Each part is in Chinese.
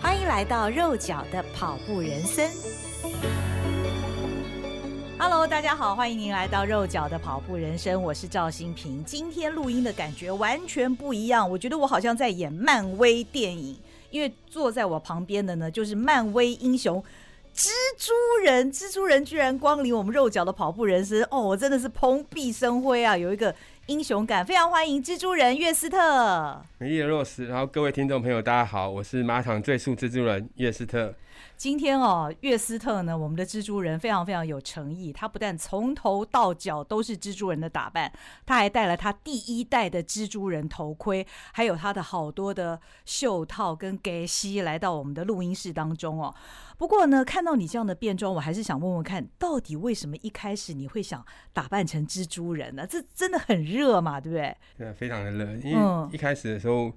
欢迎来到肉脚的跑步人生。Hello，大家好，欢迎您来到肉脚的跑步人生，我是赵新平。今天录音的感觉完全不一样，我觉得我好像在演漫威电影，因为坐在我旁边的呢就是漫威英雄。蜘蛛人，蜘蛛人居然光临我们肉脚的跑步人生哦，我真的是蓬荜生辉啊，有一个英雄感，非常欢迎蜘蛛人岳斯特。美丽的若斯，然后各位听众朋友，大家好，我是马场最速蜘蛛人叶斯特。今天哦，岳斯特呢，我们的蜘蛛人非常非常有诚意，他不但从头到脚都是蜘蛛人的打扮，他还带了他第一代的蜘蛛人头盔，还有他的好多的袖套跟给西来到我们的录音室当中哦。不过呢，看到你这样的变装，我还是想问问看，到底为什么一开始你会想打扮成蜘蛛人呢？这真的很热嘛，对不对？对，啊非常的热，因嗯为一开始的时候，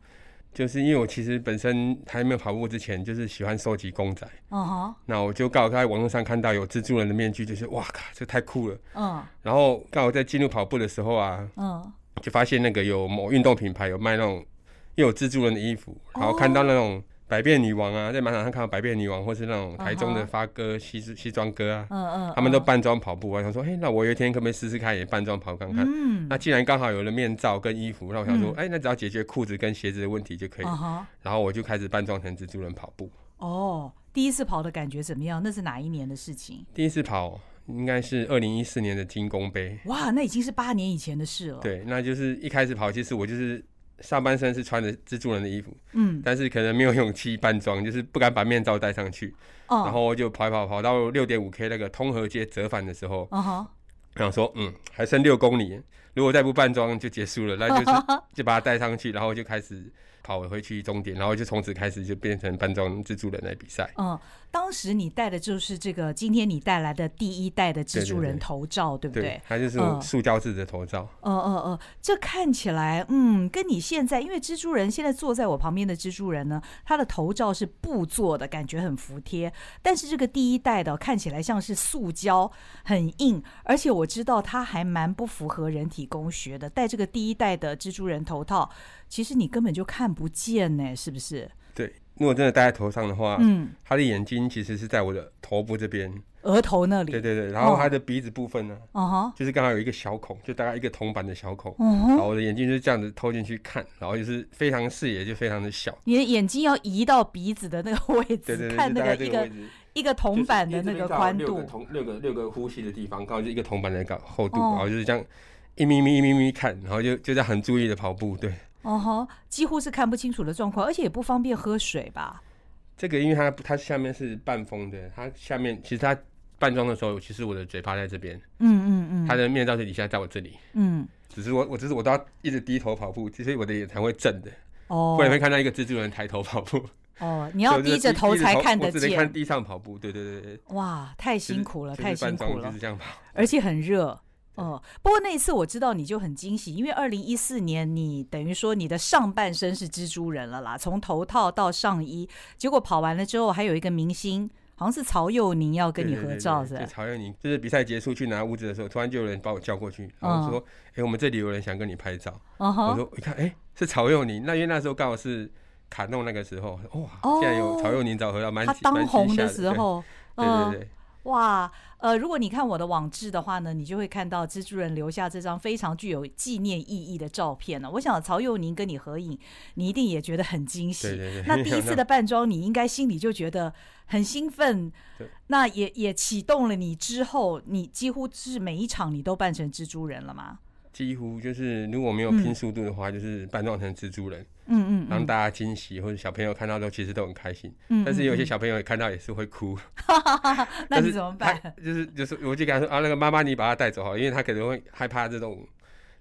就是因为我其实本身还没有跑步之前，就是喜欢收集公仔。嗯哼，那我就刚好在网络上看到有蜘蛛人的面具，就是哇靠，这太酷了。嗯然后刚好在进入跑步的时候啊，嗯，就发现那个有某运动品牌有卖那种又有蜘蛛人的衣服，然后看到那种百变女王啊，在马场上看到百变女王，或是那种台中嗯的哼发哥、西西装哥啊，嗯嗯，他们都扮装跑步啊，想说，哎，那我有一天可不可以试试看，也扮装跑看看？嗯，那既然刚好有了面罩跟衣服，那我想说嗯，哎、那只要解决裤子跟鞋子的问题就可以。嗯哼，然后我就开始扮装成蜘蛛人跑步。哦，第一次跑的感觉怎么样？那是哪一年的事情？第一次跑应该是二零一四年的金工杯，哇，那已经是八年以前的事了。，对，那就是一开始跑，其实我就是上半身是穿着蜘蛛人的衣服，嗯，但是可能没有勇气扮装，就是不敢把面罩戴上去，哦，然，后就跑一跑跑到六点五 K 那个通河街折返的时候，嗯哼，我想说，嗯，还剩六公里，如果再不扮装就结束了，那就是 就把它带上去，然后就开始跑回去终点，然后就从此开始就变成扮装蜘蛛人来比赛。嗯，当时你戴的就是这个，今天你带来的第一代的蜘蛛人对对对头罩，对不对对？，它就是嗯塑胶制的头罩。呃呃呃，这看起来，嗯，跟你现在，因为蜘蛛人现在坐在我旁边的蜘蛛人呢，他的头罩是布做的，感觉很服帖。但是这个第一代的看起来像是塑胶，很硬，而且我知道它还蛮不符合人体工学的。戴这个第一代的蜘蛛人头套，其实你根本就看不见呢，是不是？对，如果真的戴在头上的话，嗯，他的眼睛其实是在我的头部这边，额头那对里，对对，然后他的鼻子部分呢，哦哈，就是刚好有一个小孔，就大概一个铜板的小孔，嗯哼然。后我的眼睛就是这样子透进去看，然后就是非常视野就非常的小，你的眼睛要移到鼻子的那个位置，对对对，看就那大概个这一个位个置，一个铜板的那就是因个为这边刚好宽六个度，铜六个六个呼吸的地方，刚好就一个铜板的高厚度，哦然后就是这样一咪咪一咪咪看，然后就就在很注意的跑步，对。哦吼，几乎是看不清楚的状况，而且也不方便喝水吧？这个因为它它下面是半封的，它下面其实它扮装的时候，其实我的嘴巴在这边，嗯嗯它嗯，的面罩最底下在我这里，嗯只是我我只是我都要一直低头跑步，其实我的眼才会正的，哦不然会看到一个蜘蛛人抬头跑步。哦， 你要低着头才看得我只能看见，地上跑步。对对对对，哇，太辛苦了，就是太辛就苦是扮装了就是，这样跑。而且很热。哦，不过那一次我知道你就很惊喜，因为二零一四年你等于说你的上半身是蜘蛛人了啦，从头套到上衣，结果跑完了之后还有一个明星，好像是曹佑宁要跟你对对合对照，对是吧就曹佑宁，就是比赛结束去拿物资的时候，突然就有人把我叫过去，然后说：“哎、我们这里有人想跟你拍照。嗯我哼，说：“一看，哎、是曹佑宁。”那因为那时候刚好是卡弄那个时候，哦哇，现在有曹佑宁找合照，蛮他惊当红蛮惊吓的的时，候，对对对对，嗯，哇，呃，如果你看我的网志的话呢，你就会看到蜘蛛人留下这张非常具有纪念意义的照片呢、我想曹佑宁跟你合影，你一定也觉得很惊喜。对对对那 第一次的扮装，你应该心里就觉得很兴奋 对，那也也启动了你之后，你几乎是每一场你都扮成蜘蛛人了嘛？几乎就是如果没有拼速度的话，就是扮装成蜘蛛人，嗯嗯嗯让嗯，大家惊喜，或者小朋友看到都其实都很开心。嗯但是有些嗯小朋友看到也是会哭。那但你是怎么他办？就是就是，我就跟他说啊，那个妈妈，你把他带走好了，因为他可能会害怕这种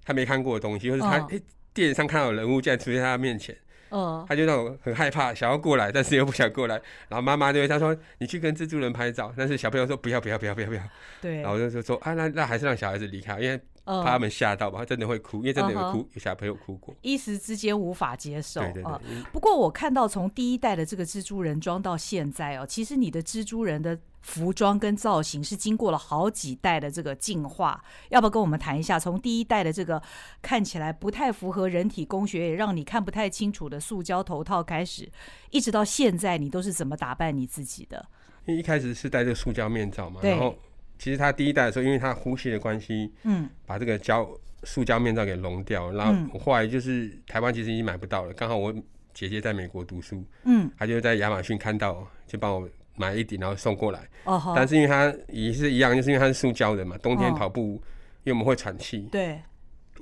他没看过的东西，或者他嗯诶电视上看到有人物竟然出现在他面前，嗯，他就那种很害怕，想要过来，但是又不想过来。然后妈妈就会他说：“你去跟蜘蛛人拍照。”但是小朋友说：“不要，不要，不要，不要，不要。”对然，后我就说说啊，那那还是让小孩子离开，因为怕他嗯，们吓到吧，他真的会哭，因为真的有嗯哭，有小朋友哭过。一时之间无法接受对对啊。对，不过我看到从第一代的这个蜘蛛人装到现在哦，其实你的蜘蛛人的服装跟造型是经过了好几代的这个进化。要不要跟我们谈一下，从第一代的这个看起来不太符合人体工学，也让你看不太清楚的塑胶头套开始，一直到现在，你都是怎么打扮你自己的？因为一开始是戴这个塑胶面罩嘛，对然后其实他第一代的时候，因为他呼吸的关系，嗯把这个胶塑胶面罩给融掉。然嗯后我后来就是台湾其实已经买不到了，刚好我姐姐在美国读书，嗯，她就在亚马逊看到，就帮我买一顶，然后送过来。哦吼，但是因为它也是一样，就是因为它是塑胶的嘛，冬天哦跑步。因为我们会喘气，对，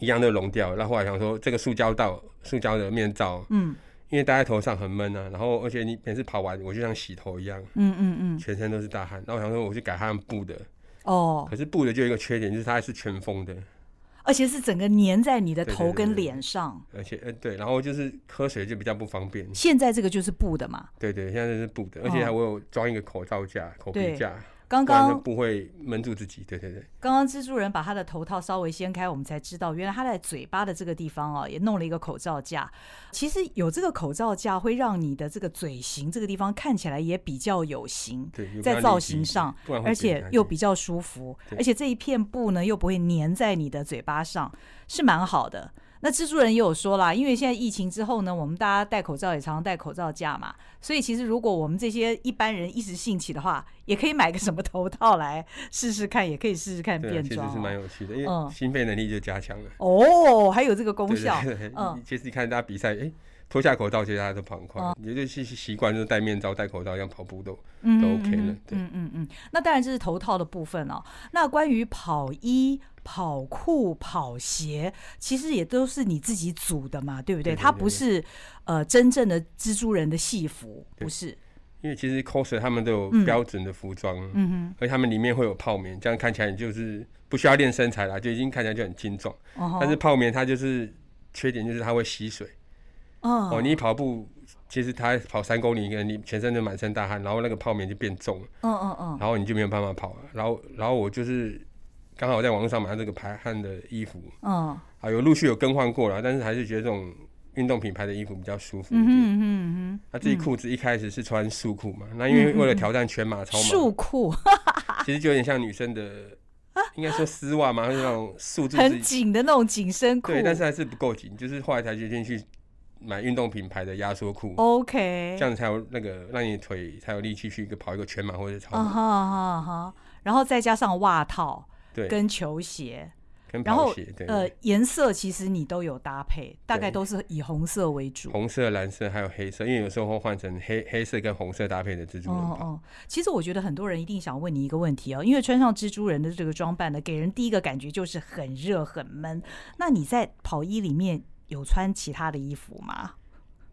一样都融掉了。那后来想说，这个塑胶罩、塑胶的面罩，嗯因为戴在头上很闷啊，然后而且你每次跑完，我就像洗头一样，嗯嗯嗯，全身都是大汗。那我想说，我去改它们布的，哦，可是布的就有一个缺点，就是它是全封的，而且是整个粘在你的对对头对跟对脸上。而且呃对，然后就是喝水就比较不方便。现在这个就是布的嘛，对对，现在是布的，而且还我有装一个口罩架、口哦对鼻架，刚不然刚就不会闷住自己。对对对，刚刚蜘蛛人把他的头套稍微掀开，我们才知道，原来他在嘴巴的这个地方哦，也弄了一个口罩架。其实有这个口罩架，会让你的这个嘴型这个地方看起来也比较有型，对，有比较在立造体型一点上，不然会而扁且担又对比较舒服，对而且这一片布呢又不会粘在你的嘴巴上，是蛮好的。那蜘蛛人也有说啦，因为现在疫情之后呢，我们大家戴口罩也常常戴口罩架嘛，所以其实如果我们这些一般人一时兴起的话，也可以买个什么头套来试试看，也可以试试看对啊，变其实装是蛮哦。有趣的，因嗯为心肺能力就加强了。 哦，还有这个功对效，对对，嗯其实你看大家比赛，哎、脱下口罩，其实大家都跑很快，也就是习惯就是戴面罩、戴口罩这样跑步都。嗯都 OK 了嗯对嗯嗯嗯，那当然这是头套的部分哦。那关于跑衣、跑裤、跑鞋，其实也都是你自己组的嘛，对不对？对对它对不是呃真正的蜘蛛人的戏服，对不是。因为其实 coser 他们都有嗯标准的服装，嗯而且他们里面会有泡棉，这样看起来你就是不需要练身材啦，就已经看起来就很精壮。哼，哦吼但是泡棉它就是缺点，就是它会吸水。嗯哦，你一跑步，其实它跑三公里，一个人你全身就满身大汗，然后那个泡棉就变重了，嗯嗯嗯，然后你就没有办法跑了。然后，然后我就是刚好在网络上买到这个排汗的衣服，嗯啊，有陆续有更换过了，但是还是觉得这种运动品牌的衣服比较舒服一嗯点。哼嗯那自己裤子一开始是穿束裤嘛，那因为为了挑战全马哼，超束马，裤 其实就有点像女生的，应该说丝袜嘛，就是那种束住自很己。紧的那种紧身裤，对，但是还是不够紧，就是后来才决定去买运动品牌的压缩哦裤， OK，这样才有那个让你腿才有力气去一个跑一个全马或者超啊马，哈啊哈哈，然后再加上袜套对，跟球鞋，跟然跑后鞋，对，呃，颜色其实你都有搭配，大概对都是以红色为主。红色、蓝色还有黑色，因为有时候会换成黑黑色跟红色搭配的蜘蛛人哦跑。哦，其实我觉得很多人一定想问你一个问题哦，因为穿上蜘蛛人的这个装扮呢，给人第一个感觉就是很热很闷。那你在跑衣里面有穿其他的衣服吗？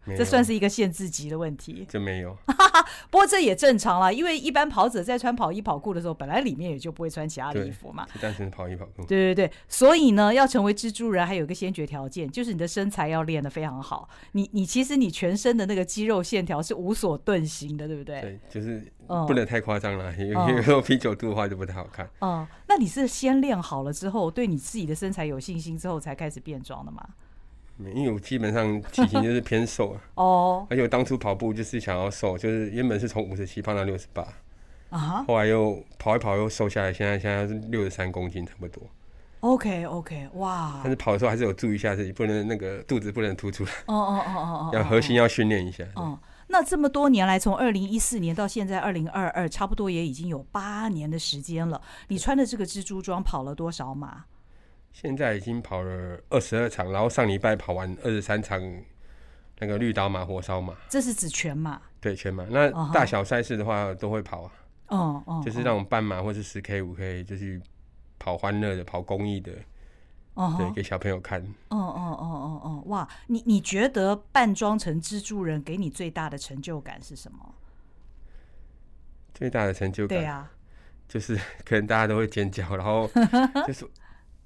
没这有算是一个限制级的问题。就没有。 不过这也正常啦，因为一般跑者在穿跑衣跑裤的时候，本来里面也就不会穿其他的对衣服嘛。就单纯跑一跑步。对对对，所以呢，要成为蜘蛛人，还有一个先决条件，就是你的身材要练得非常好。你你其实你全身的那个肌肉线条是无所遁形的，对不对？对，就是嗯不能太夸张了，因嗯为有时候啤酒肚的话就不太好看。嗯，那你是先练好了之后，对你自己的身材有信心之后，才开始变装的吗？因为我基本上体型就是偏瘦啊， 哦而且我当初跑步就是想要瘦，就是原本是从五十七胖到六十八，啊哈后来又跑一跑又瘦下来，现在现在是六十三公斤差不多。哦，OK OK，哇，但是跑的时候还是有注意一下自己，不能那个肚子不能凸出来，哦哦哦哦哦，要核心要训练一下。哦。哦那这么多年来，从二零一四年到现在二零二二，差不多也已经有八年的时间了。你穿的这个蜘蛛装跑了多少码？现在已经跑了二十二场，然后上礼拜跑完二十三场那个绿岛马、火烧马，这是指全马？对全马。那哦哈大小赛事的话都会跑啊。哦哦，就是哦那种半马或是十 K、五 K，就去跑欢乐的、跑公益的，哦吼对，给小朋友看。哦哦哦哦哦，哇！你你觉得扮装成蜘蛛人给你最大的成就感是什么？最大的成就对啊感、呀、就是 可能大家都会尖叫，然后就是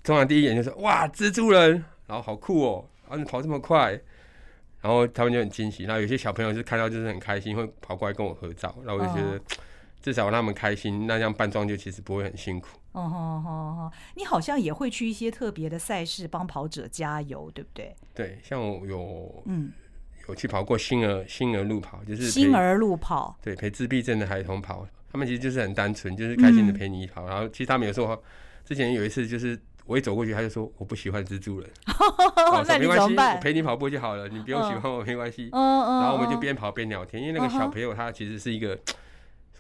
通常第一眼就是哇蜘蛛人，然后好酷哦、啊，你跑这么快！”然后他们就很惊喜。然后有些小朋友就看到就是很开心，会跑过来跟我合照。然后我就觉得、至少让他们开心，那这样扮装就其实不会很辛苦。哦吼吼吼，你好像也会去一些特别的赛事帮跑者加油，对不对？对，像我有嗯，有去跑过星儿星儿路跑，就是陪星儿路跑，对陪自闭症的孩童跑，他们其实就是很单纯，就是开心的嗯陪你跑。然后其实他们有时候之前有一次就是。我一走过去，他就说我不喜欢蜘蛛人， 我说那你没怎关么系，办我？陪你跑步就好了，你不用喜嗯欢我没关系。嗯嗯，然后我们就嗯边跑边聊天，因为那个嗯哼小朋友他其实是一个，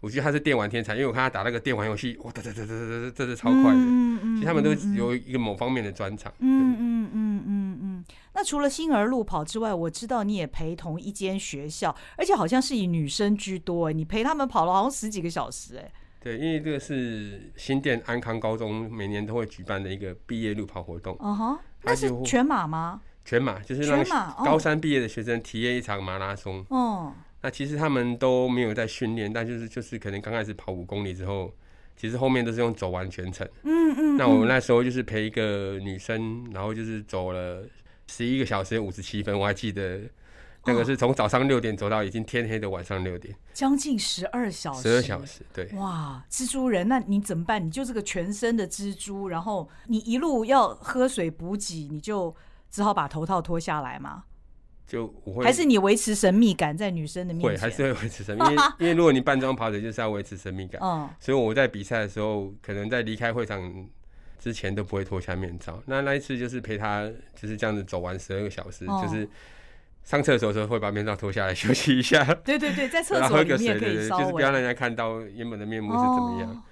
我觉得他是电玩天才，因为我看他打那个电玩游戏，哇，哒哒哒哒哒哒，真的超快的。嗯嗯，其实他们都嗯嗯有一个某方面的专长，嗯嗯嗯嗯嗯。那除了星儿路跑之外，我知道你也陪同一间学校，而且好像是以女生居多，欸你陪他们跑了好像十几个小时，哎，对，对因为这个是新店安康高中每年都会举办的一个毕业路跑活动，哦哈，他那是就全马吗？全马就是全让马哦高三毕业的学生体验一场马拉松。哦，那其实他们都没有在训练，但就是就是可能刚开始跑五公里之后，其实后面都是用走完全程。嗯嗯，那我嗯那时候就是陪一个女生，然后就是走了十一个小时五十七分，我还记得那哦个是从早上六点走到已经天黑的晚上六点，将近十二小时，十二小。时。对，哇，蜘蛛人，那你怎么办？你就这个全身的蜘蛛，然后你一路要喝水补给，你就只好把头套脱下来吗？就我会还是你维持神秘感在女生的面会前？还是会维持神秘，因为因为如果你扮装跑者就是要维持神秘感，嗯所以我在比赛的时候，可能在离开会场。之前都不会脱下面罩，那那一次就是陪她就是这样子走完十二个小时，哦就是上厕所的时候会把面罩脱下来休息一下，对对对，在厕然所后喝里个水，面可对以对，稍就是不微要让人家看到原本的面目是怎么样。哦。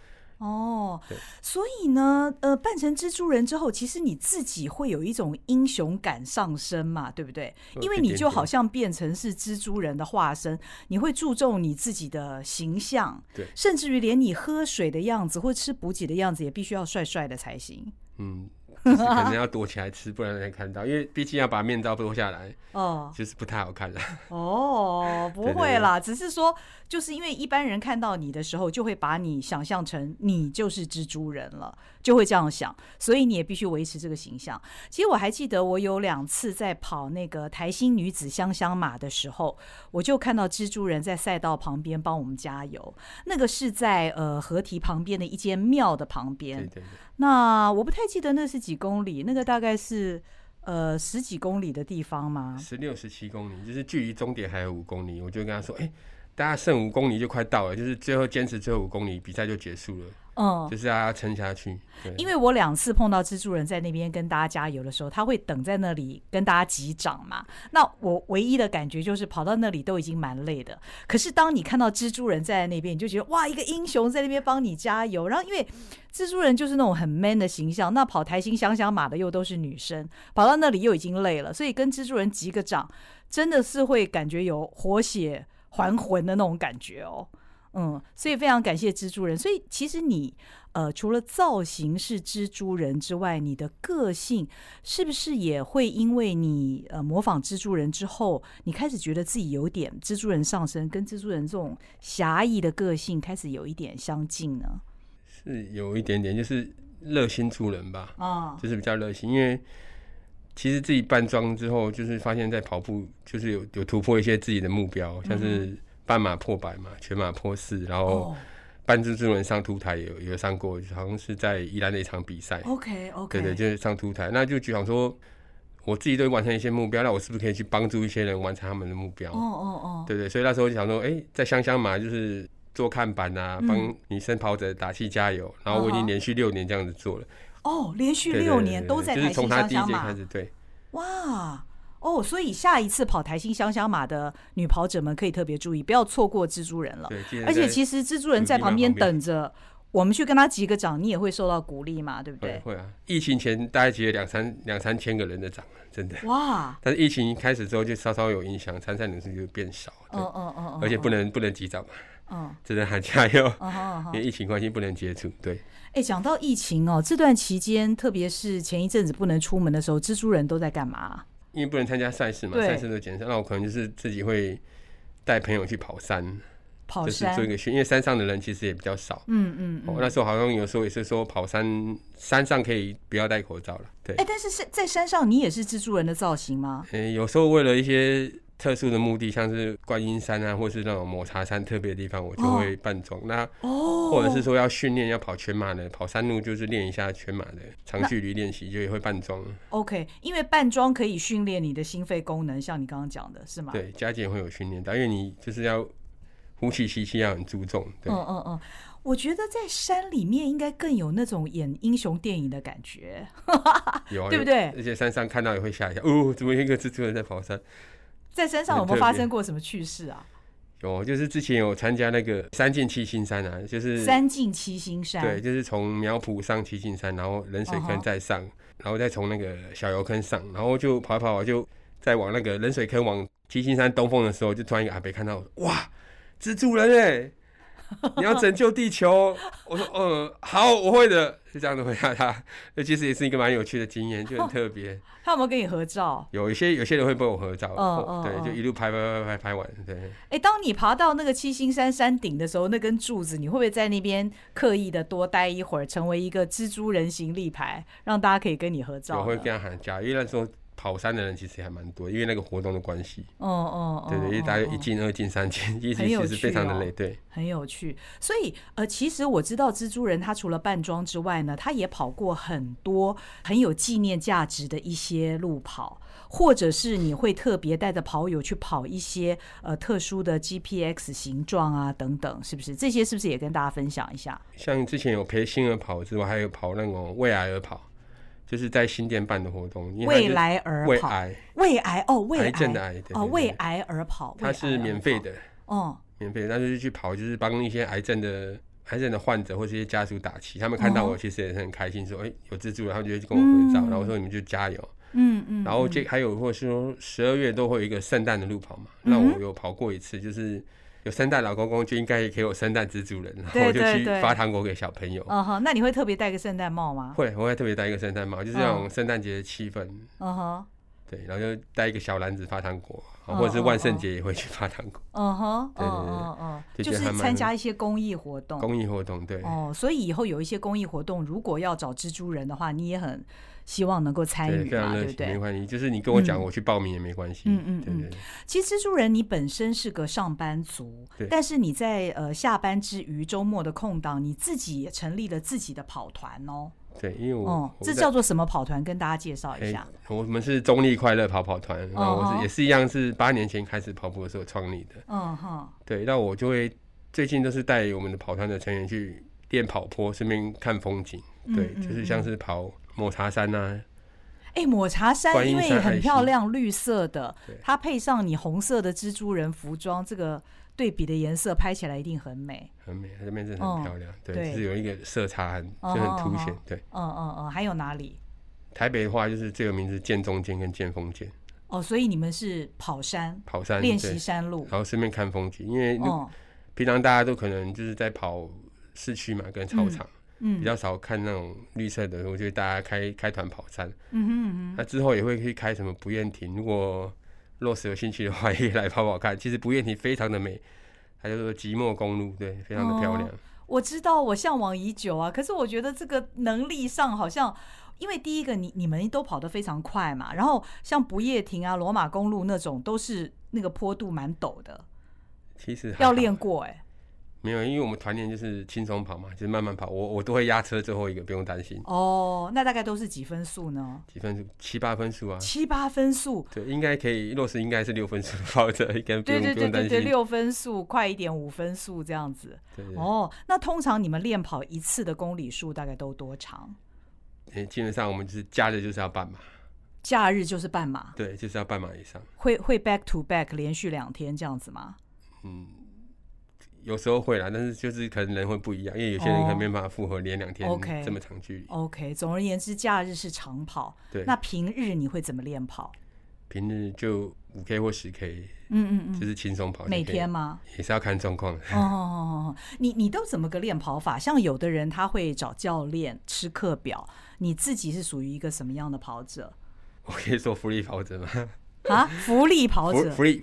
哦对，所以呢，呃，扮成蜘蛛人之后，其实你自己会有一种英雄感上升嘛，对不呃对？有因为一你点就好点像变成是蜘蛛人的化身，你会注重你自己的形象，对甚至于连你喝水的样子或吃补给的样子，也必须要帅帅的才行。嗯，就是可能要躲起来吃，不然人家看到，因为毕竟要把面罩脱下来，哦就是不太好 看了。哦，不对对会对啦，只是说，就是因为一般人看到你的时候，就会把你想象成你就是蜘蛛人了，就会这样想，所以你也必须维持这个形象。其实我还记得，我有两次在跑那个台新女子香香马的时候，我就看到蜘蛛人在赛道旁边帮我们加油。那个是在呃河堤旁边的一间庙的旁对边，对对，那我不太记得那是几公里，那个大概是呃十几公里的地方嘛。十六十七公里，就是距离终点还有五公里，我就跟他说，哎、大家剩五公里就快到了，就是最后坚持最后五公里，比赛就结束了，嗯，就是大家撑下去。对，因为我两次碰到蜘蛛人在那边跟大家加油的时候，他会等在那里跟大家击掌嘛。那我唯一的感觉就是跑到那里都已经蛮累的，可是当你看到蜘蛛人在那边，你就觉得哇，一个英雄在那边帮你加油。然后因为蜘蛛人就是那种很 man 的形象，那跑台新香香马的又都是女生，跑到那里又已经累了，所以跟蜘蛛人击个掌，真的是会感觉有活血还魂的那种感觉哦。嗯，所以非常感谢蜘蛛人。所以其实你呃，除了造型是蜘蛛人之外，你的个性是不是也会因为你呃模仿蜘蛛人之后，你开始觉得自己有点蜘蛛人上身，跟蜘蛛人这种侠义的个性开始有一点相近呢？是有一点点就是热心助人吧，啊，就是比较热心，因为。其实自己扮装之后，就是发现，在跑步就是有有突破一些自己的目嗯标，像是半马破百嘛，全马破四，然后哦半蜘蛛人上凸台有有上过，好像是在宜兰的一场比赛。 ，OK 哦 OK，对对，就是上凸台，那就就想说，我自己都完成一些目标，那我是不是可以去帮助一些人完成他们的目标？哦哦哦，对对，所以那时候就想说，哎、在香香嘛，就是做看板啊，嗯帮女生跑者打气加油。然后我嗯已经哼连续六年这样子做了，哦，连续对对六对年对都对在就是台从新他香第一香届马开，始，对，哇哦！所以下一次跑台新香香马的女跑者们可以特别注意，不要错过蜘蛛人了。对，记得而且在其实蜘蛛人在旁边等着，我们去跟他击个掌，你也会受到鼓励嘛，对不会对？会啊，疫情前大概只有两三两三千个人的涨，真的。哇，但是疫情开始之后就稍稍有影响，参赛人数就变少，对，嗯嗯嗯嗯，而且不能，能不能急涨嘛，嗯只能喊加油。嗯嗯嗯。因为疫情关系不能接触，对，哎，讲到疫情哦，这段期间，特别是前一阵子不能出门的时候，蜘蛛人都在干嘛？因为不能参加赛事嘛，对赛事都减少，那我可能就是自己会带朋友去跑山，跑就是哦山做一，个训，因为山上的人其实也比较少。嗯嗯哦嗯，。那时候好像有时候也是说跑山，山上可以不要戴口罩了。对哎、，但是是在山上，你也是蜘蛛人的造型吗？嗯，有时候为了一些特殊的目的，像是观音山啊，或是那种抹茶山特别的地方，我就哦会扮装。那哦，或者是说要训练要跑全马的，跑山路就是练一下全马的长距离练习，就也会扮装。 OK，因为扮装可以训练你的心肺功能，像你刚刚讲的是吗？，对，加减会有训练到，因为你就是要呼气吸气要很注重。对，嗯嗯嗯，我觉得在山里面应该更有那种演英雄电影的感觉。有啊，对不有对而且山上看到也会吓一跳，哦，怎么有一个蜘蛛人在跑山？在山上有没有很特别发生过什么趣事啊？有，哦就是之前有参加那个三进七星山啊，就是三进七星山，对，就是从苗圃上七进山，然后冷水嗯坑哼再上然后再从那个小油坑上，然后就跑一跑，就再往那个冷水坑往七星山东峰的时候，就突然一个阿伯看到我说：“哇，蜘蛛人哎！”你要拯救地球，我说，嗯，好，我会的，就这样子回答他。那其实也是一个蛮有趣的经验，就很特别。他有没有跟你合照？有一些有些人会帮我合照，嗯哦嗯对，嗯就一路拍拍拍拍拍完，对。哎，当你爬到那个七星山山顶的时候，那根柱子，你会不会在那边刻意的多待一会儿，成为一个蜘蛛人形立牌，让大家可以跟你合照呢？我会跟他喊加油，因为那时候跑山的人其实还蛮多，因为那个活动的关系，哦哦哦，对对，因为哦大概一哦进、二进、三进，一直很有其实非趣常哦的累，对，很有趣，所以呃，其实我知道蜘蛛人他除了扮装之外呢，他也跑过很多很有纪念价值的一些路跑，或者是你会特别带着跑友去跑一些呃特殊的 GPX 形状啊等等，是不是？这些是不是也跟大家分享一下？像之前有哦陪星儿跑之外，还有跑那种胃癌儿跑，就是在新店办的活动，因为它胃是来而胃跑，癌，胃癌哦，胃癌癌症的癌，对对哦，对胃对癌而跑，它胃癌是而免费跑，的，哦，免费的，但是去跑就是帮一些癌症的。癌症的患者或是一些家属打气，他们看到哦我其实也是很开心，说：“哎、有蜘蛛人，他们就会跟我合照。嗯然后我说：“你们就加油。”嗯嗯，然后嗯这还有或者是说十二月都会有一个圣诞的路跑嘛，嗯那哼我有跑过一次，就是有圣诞老公公就应该也给我圣诞蜘蛛人，然后对我就对去对发糖果给小朋友。嗯哼，那你会特别戴个圣诞帽吗？会，我会特别戴一个圣诞帽，就是那种圣诞节的气氛，嗯哼，对，然后就带一个小篮子发糖果，嗯或者是万圣节也会去发糖果，嗯哼，对对对嗯嗯嗯，就就觉得是还蛮参加一些公益活动。公益活动，对，哦，所以以后有一些公益活动，如果要找蜘蛛人的话，你也很希望能够参对，与非嘛，常热对不情，没对？关系，就是你跟我讲，嗯我去报名也没关系，嗯嗯对对嗯对，其实蜘蛛人你本身是个上班族对，但是你在呃下班之余、周末的空档，你自己也成立了自己的跑团哦。对，因为我、哦，我这在叫做什么跑团？跟大家介绍一哎下。我们是中立快乐跑跑团，然后我哦是也是一样，是八年前开始跑步的时候创立的。嗯哼，对，那我就会最近都是带我们的跑团的成员去练跑坡，顺便看风景。嗯对，嗯就是像是跑抹茶山啊，哎，抹茶山观音因为山很还漂行亮，绿色的对，它配上你红色的蜘蛛人服装，这个对比的颜色拍起来一定很美。很美，那边真的哦很漂亮。对对，就是有一个色差很哦就很凸显。哦对，嗯嗯嗯，还有哪里？台北的话就是最有名是剑中间跟剑锋间哦，所以你们是跑山、跑山练对习山路。然后顺便看风景，因为哦，平常大家都可能就是在跑市区嘛，跟操场、嗯，比较少看那种绿色的，我觉得大家开开团跑山。嗯哼嗯那之后也会去开什么不厌亭，如果 Rose 有兴趣的话，也可以来跑跑看。其实不厌亭非常的美，它叫做即墨公路，对，非常的漂亮。哦哼，我知道，我向往已久啊。可是我觉得这个能力上好像，因为第一个你你们都跑得非常快嘛，然后像不夜亭啊、罗马公路那种，都是那个坡度蛮陡 的，其实还好要练过哎、没有，因为我们团练就是轻松跑嘛，就是慢慢跑。我我都会压车最后一个，不用担心。哦，那大概都是几分数呢？几分数？七八分数啊？七八分数。对对，应该可以。Rose 应该是六分数的跑者，应该不对用不对对用担对，心。六分数快一点，五分数这样子。对对，哦，那通常你们练跑一次的公里数大概都多长？诶基本上我们就是假日就是要半马，假日就是半马，对，就是要半马以上。会会 back to back 连续两天这样子吗？嗯，有时候会啦，但是就是可能人会不一样，因为有些人可哦能没办法负荷连两天 OK 这么长距离。 OK，总而言之，假日是长跑，对，那平日你会怎么练跑？平日就五 K 或十 K，、嗯嗯就嗯，是轻松跑就可以，每天吗？也是要看状 况。哦哦哦，哦你你都怎么个练跑法？像有的人他会找教练吃课表，你自己是属于一个什么样的跑者？我可以做福利跑者吗？啊，福利跑者 free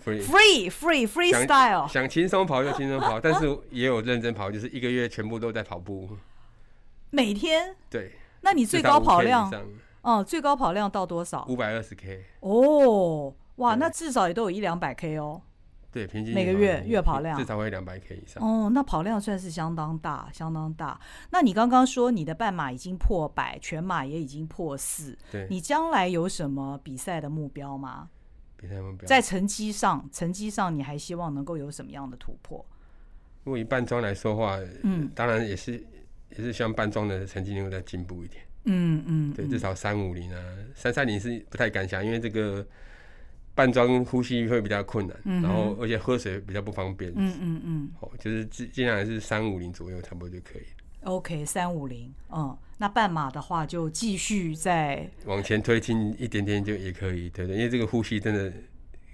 ，free free free 想 freestyle，想轻松跑就轻松跑，但是也有认真跑，就是一个月全部都在跑步。每天，对，那你最高跑量，五嗯，最高跑量到多少？百二十 K，哦，哇，对那至少也都有一两百 K 哦。对，平均每个月月跑量至少会两百 K 以上。哦，那跑量算是相当大，相当大。那你刚刚说你的半马已经破百，全马也已经破四，对，你将来有什么比赛的目标吗？比赛目标在成绩上，成绩上你还希望能够有什么样的突破？如果以半装来说的话，嗯当然也是也是希望半装的成绩能够再进步一点。嗯嗯，对，嗯至少三五零啊，三三零是不太敢想，因为这个半装呼吸会比较困难，嗯哼然后而且喝水比较不方便。嗯嗯嗯哦，就是尽尽量还是三五零左右差不多就可以， ，OK，三五零，嗯，那半马的话就继续在往前推进一点点就也可以，对不对？因为这个呼吸真的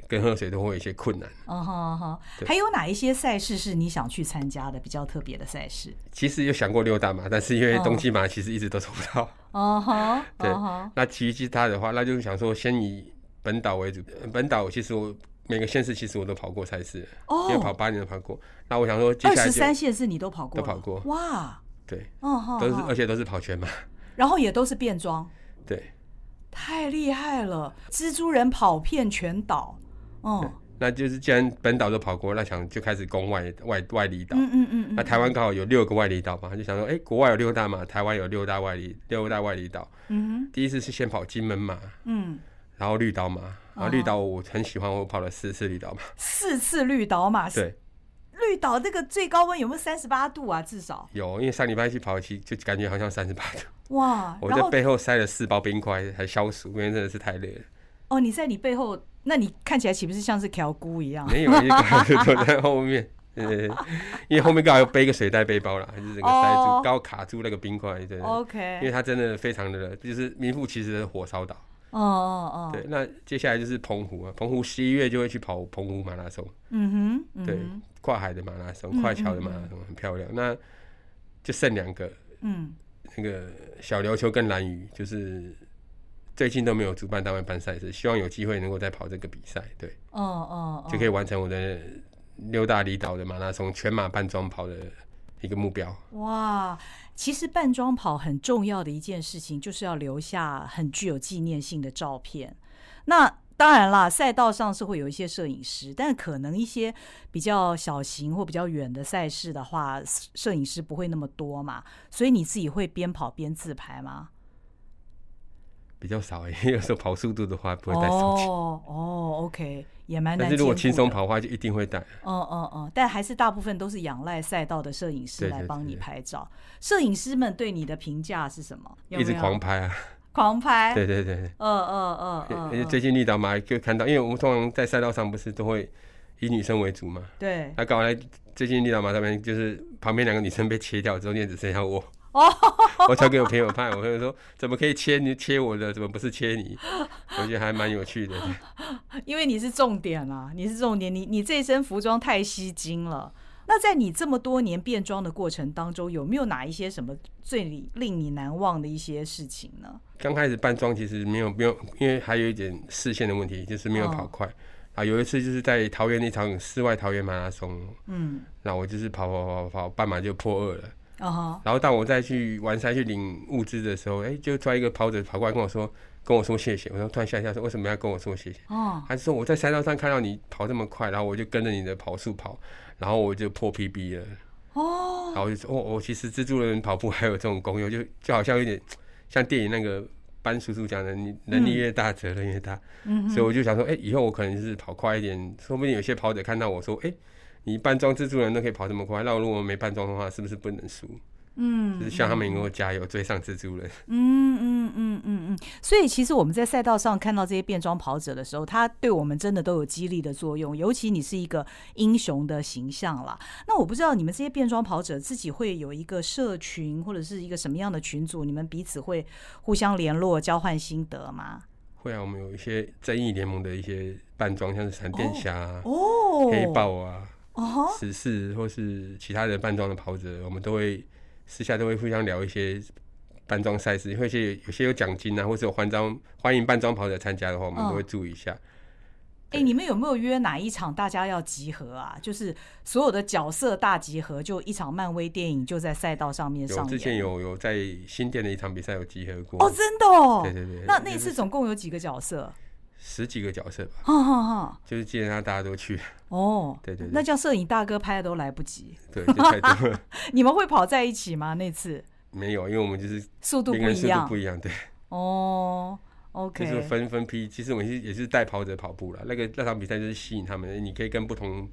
跟喝水都会有一些困难。嗯哼嗯哼，对还有哪一些赛事是你想去参加的比较特别的赛事？其实有想过六大马，但是因为哦东西马其实一直都抽不到。嗯哼，对嗯哼，那其余其他的话，那就是想说先以本岛为主。呃本岛其实我每个县市其实我都跑过赛事，因为跑哦，八年都跑过。那我想说接二下来十就三县市你都跑过了，都跑过哇，对，嗯哼，都是嗯而且都是跑全马。 然后也都是变装，对，太厉害了！蜘蛛人跑遍全岛，嗯那就是既然本岛都跑过，那想就开始攻外外外离岛。嗯嗯嗯嗯，那啊台湾刚好有六个外离岛嘛，就想说，哎、国外有六大嘛，台湾有六大外离六大外离岛。嗯第一次是先跑金门马，哼嗯，然后绿岛马，哦然后绿岛我很喜欢，我跑了四次绿岛嘛。四次绿岛马，对，绿岛那个最高温有没有三十八度啊？至少有，因为上礼拜去跑，其实就感觉好像三十八度。哇，我然在后背后塞了四包冰块，还消暑，因为真的是太累了。哦，你在你背后，那你看起来岂不是像是条菇一样？没有一个躲在后面，呃，因为后面刚好有背一个水袋背包啦，就是整个塞哦住，刚好卡住那个冰块，对。因为 OK，它真的非常的热，就是名副其实的火烧岛。哦哦对哦，，那接下来就是澎湖啊，澎湖十一月就会去跑澎湖马拉松，嗯哼，对嗯，跨海的马拉松、嗯跨桥的马拉松很漂亮。那就剩两个，哼嗯，那个小琉球跟蓝屿，就是最近都没有主办单位办赛事，希望有机会能够再跑这个比赛，对，哦哦，哦就可以完成我的六大离岛的马拉松全马半装跑的一个目标。哇，其实扮装跑很重要的一件事情，就是要留下很具有纪念性的照片。那当然啦，赛道上是会有一些摄影师，但可能一些比较小型或比较远的赛事的话，摄摄影师不会那么多嘛，所以你自己会边跑边自拍吗？比较少、因 为有时候跑速度的话不会带手机，哦哦，OK，也蛮难。 但是如果轻松，跑的话就一定会带。嗯嗯嗯，但还是大部分都是仰赖赛道的摄影师对来对帮你对拍照。摄影师们对你的评价是什么？有一直没有狂拍啊！狂拍， 对对对对，嗯嗯嗯而嗯且嗯，最近绿岛嘛，就看到，因为我们通常在赛道上不是都会以女生为主嘛，对，那刚好在最近绿岛马那边，就是旁边两个女生被切掉之后，也只剩下我。 哦，我传给我朋友看，我朋友说怎么可以切你切我的，怎么不是切你？我觉得还蛮有趣的。因为你是重点啊，你是重点，你你这身服装太吸睛了。那在你这么多年变装的过程当中，有没有哪一些什么最令令你难忘的一些事情呢？刚开始扮装其实没有没有，因为还有一点视线的问题，就是没有跑快。啊，有一次就是在桃园那场室外桃园马拉松，嗯，那我就是跑跑跑跑跑，半马就破二了。啊哈，然后当我再去完山去领物资的时候，哎、就突然一个跑者跑过来跟我说，跟我说谢谢。我说突然吓一跳，说为什么要跟我说谢谢？哦，他就说我在赛道上看到你跑这么快，然后我就跟着你的跑速跑，然后我就破 PB 了。哦，然后我就说，哦，我、其实蜘蛛人跑步还有这种功用，就就好像有点像电影那个班叔叔讲的，你能力越大，责任越大。嗯所以我就想说，哎、以后我可能就是跑快一点，说不定有些跑者看到我说，哎、你扮装蜘蛛人都可以跑这么快，那我如果没扮装的话，是不是不能输？就是嗯希望他们能够加油，追上蜘蛛人。嗯嗯嗯嗯嗯，所以其实我们在赛道上看到这些变装跑者的时候，他对我们真的都有激励的作用。尤其你是一个英雄的形象啦，那我不知道你们这些变装跑者自己会有一个社群或者是一个什么样的群组，你们彼此会互相联络、交换心得吗？会啊，我们有一些正义联盟的一些扮装，像是闪电侠、啊、哦，黑豹啊、哦，十四或是其他的扮装的跑者，我们都会私下都会互相聊一些扮装赛事，会一些有些有奖金啊，或是有换装欢迎扮装跑者参加的话，我嗯们都会注意一下。哎、对你们有没有约哪一场大家要集合啊？就是所有的角色大集合，就一场漫威电影就在赛道上面上有演。之前有有在新店的一场比赛有集合过，哦，真的哦。对对对，那就那是次总共有几个角色？十几个角色吧， 哈哈哈。就是基本上大家都去，哦，对对对那叫摄影大哥拍的都来不及。 对，就太多了。你们会跑在一起吗？那次没有，因为我们就是速度每不个人一速度样不一样，对， 哦。OK，就是分分批。其实我们是也是带跑者跑步了，那个那场比赛就是吸引他们，你可以跟不同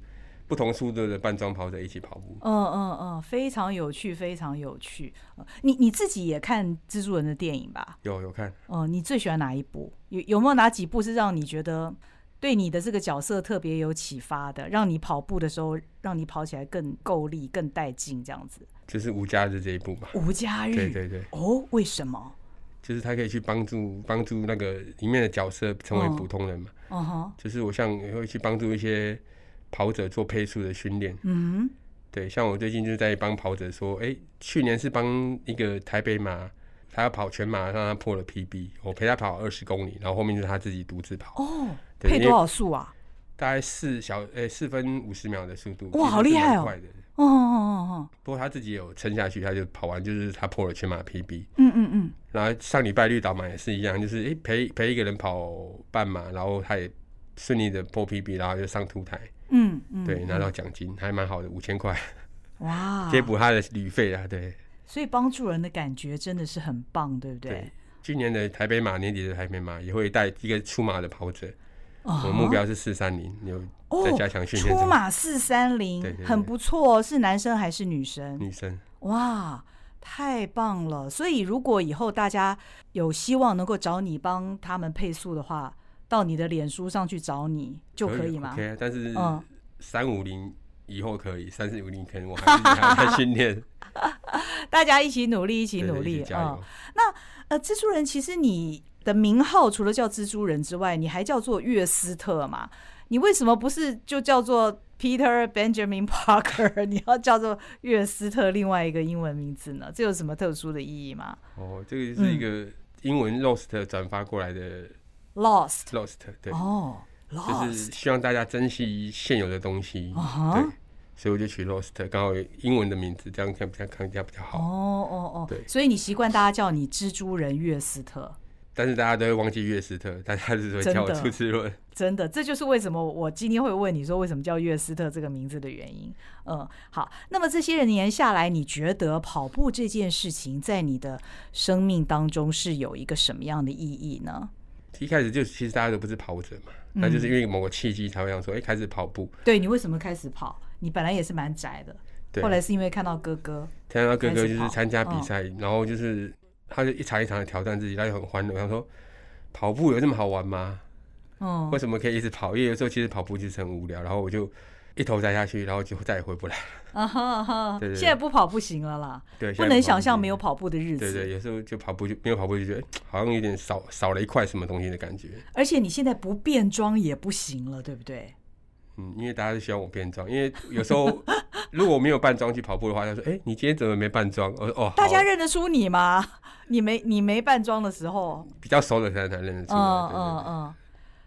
不同速度的半装跑者一起跑步。嗯嗯嗯，非常有趣，非常有趣。呃你你自己也看蜘蛛人的电影吧？有有看，哦、你最喜欢哪一部？有有没有哪几部是让你觉得对你的这个角色特别有启发的，让你跑步的时候让你跑起来更够力、更带劲这样子？就是无家日这一步嘛。吴家日对对对，哦，为什么？就是他可以去帮助帮助那个里面的角色成为嗯普通人嘛。嗯哼，就是我像也会去帮助一些跑者做配速的训练。嗯对，像我最近就在帮跑者说，哎、去年是帮一个台北马，他要跑全马，让他破了 PB，我陪他跑二十公里，然后后面就是他自己独自跑，哦，对配因多为少速啊？大概四小诶四、分五十秒的速度，哇其实好厉是蛮害哦快的。哦哦哦哦，不过他自己有撑下去，他就跑完就是他破了全马 PB。嗯嗯嗯，然后上礼拜绿岛马也是一样，就是诶陪陪一个人跑半马，然后他也顺利的破 PB，然后就上凸台，嗯嗯，啊对，拿嗯到奖金还蛮好的，五千块，哇，贴补他的旅费啊，对。所以帮助人的感觉真的是很棒，对不对对？今年的台北马，年底的台北马也会带一个出马的跑者，哦我们目标是四三零，有在加强训练出中。马四三对零对嗯对很不错哦，是男生还是女生？女生，哇，太棒了！所以如果以后大家有希望能够找你帮他们配速的话，到你的脸书上去找你就可以吗？ ？OK，啊但是嗯三五零以后可以，三四五零可能我还是还在 训练，大家一起努力，一起对对努一力起加啊、油。呃，蜘蛛人其实你的名号除了叫蜘蛛人之外，你还叫做约斯特嘛？你为什么不是就叫做 Peter Benjamin Parker？你 要叫做约斯特另外一个英文名字呢？这有什么特殊的意义吗哦，这个是一个嗯英文 Lost 转发过来的？Lost Lost，对，哦就是，Lost 希望大家珍惜现有的东西啊，哈对，所以我就取 Lost，刚好有英文的名字，这样看比较看起来比较哦好。哦哦对，所以你习惯大家叫你蜘蛛人约斯特，但是大家都会忘记约斯特，大家只会真叫我的出 字论。真的，这就是为什么我今天会问你说为什么叫约斯特这个名字的原因。嗯，好，那么这些年下来，你觉得跑步这件事情在你的生命当中是有一个什么样的意义呢？一开始就其实大家都不是跑者嘛，嗯那就是因为某个契机才会想说，哎、开始跑步。对你为什么开始跑？你本来也是蛮宅的，对，后来是因为看到哥哥，看到哥开哥始就跑哦是参加比赛，然后就是他就一场一场的挑战自己，他就很欢乐。他说，跑步有这么好玩吗？嗯为，什么可以一直跑？因为有时候其实跑步就是很无聊，然后我就一头栽下去，然后就再也回不来。啊哈啊哈 对对，对现在不跑不行了啦，对，不现在跑能步想象没就有。跑步的日对子。对，有时候就跑步就没有跑步就觉得嘖好像有点少少了一块什么东西的感觉。而且你现在不变装也不行了，对不对？嗯，因为大家都喜欢我变装，因为有 时候如果我没有扮装去跑步的话，他说：“哎、你今天怎么没扮装？”我说：“哦，大好家认得出你吗？ 你没你没扮装的时候，比较熟的才才认得出来。嗯对嗯对对嗯。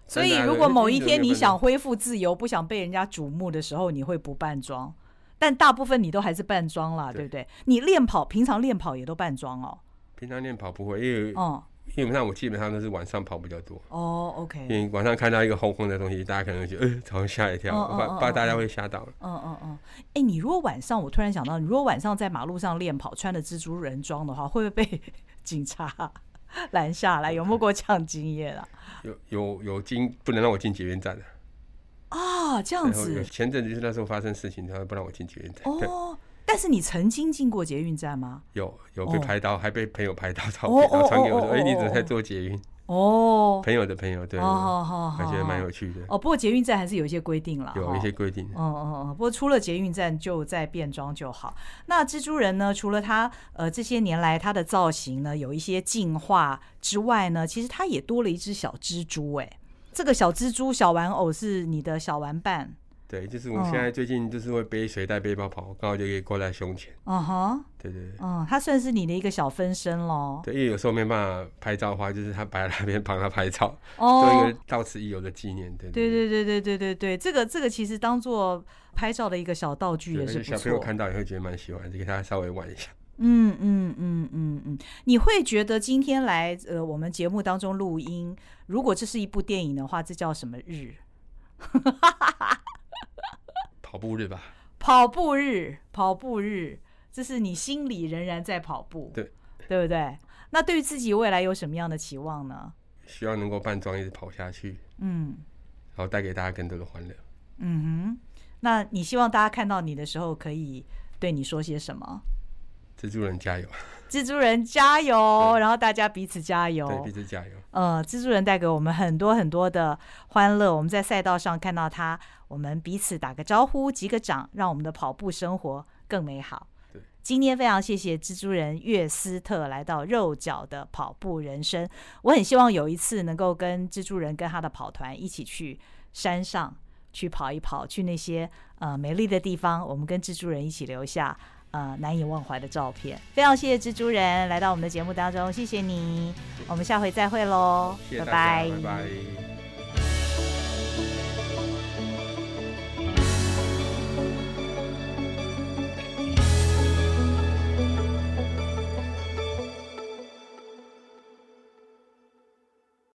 所真的啊以，对如果某一天真的你没想办法恢复自由，不想被人家瞩目的时候，你会不扮装，但大部分你都还是扮装啦，对对不对？你练跑，平常练跑也都扮装哦。平常练跑步会，因为、哦因为像我基本上都是晚上跑比较多，哦因，OK，为晚上看到一个红红的东西，大家可能会觉得，呃，好像吓一跳，哦哦怕哦怕哦大家哦会吓到。嗯嗯嗯。哎，你如果晚上，我突然想到，你如果晚上在马路上练跑，穿着蜘蛛人装的话，会不会被 警察拦下来？有没有过这样经验啊？有有有进，不能让我进捷运站的。啊，这样然后有子前阵子就是那时候发生事情，他不让我进捷运站。对，哦。但是你曾经进过捷运站吗？有有被哦拍到，还被朋友拍到照哦片，然哦后传给哦我说：“哦哎，你哦怎么在哦做捷运哦？”，朋友的朋友，对，哦，好我好好，觉得蛮好有趣的，哦。不过捷运站还是有一些规定了，有哈一些。规定。哦哦哦，不过出了捷运站就在变装就好。那蜘蛛人呢？除了他呃这些年来他的造型呢有一些进化之外呢，其实他也多了一只小蜘蛛哎、这个小蜘蛛小玩偶是你的小玩伴，对，就是我现在最近就是会背水袋背包跑，刚好就可以挂在胸前。嗯哼，对对对。嗯，它算是你的一个小分身喽。对，因为有时候没办法拍照的话，就是他摆在那边帮他拍照，做一哦个，到此一游的纪念。对对对对对对对对对，这个这个其实当做拍照的一个小道具对也而是且不小朋友错。看到也会觉得蛮喜欢，就给他稍微玩一下。嗯嗯嗯嗯嗯，你会觉得今天来呃我们节目当中录音，如果这是一部电影的话，这叫什么日？跑步日吧，跑步日，跑步日，这是你心里仍然在跑步，对对不对？那对于自己未来有什么样的期望呢？希望能够扮装一直跑下去，嗯然后带给大家更多的欢乐。嗯哼，那你希望大家看到你的时候可以对你说些什么？蜘蛛人加油，蜘蛛人加油，对然后大家彼此加对，油必。须加油。呃，蜘蛛人带给我们很多很多的欢乐。我们在赛道上看到他，我们彼此打个招呼、击个掌，让我们的跑步生活更美好对。今天非常谢谢蜘蛛人约斯特来到肉脚的跑步人生。我很希望有一次能够跟蜘蛛人跟他的跑团一起去山上去跑一跑，去那些呃美丽的地方，我们跟蜘蛛人一起留下呃难以忘怀的照片。非常谢谢蜘蛛人来到我们的节目当中，谢谢你，我们下回再会喽，谢谢大拜家，拜拜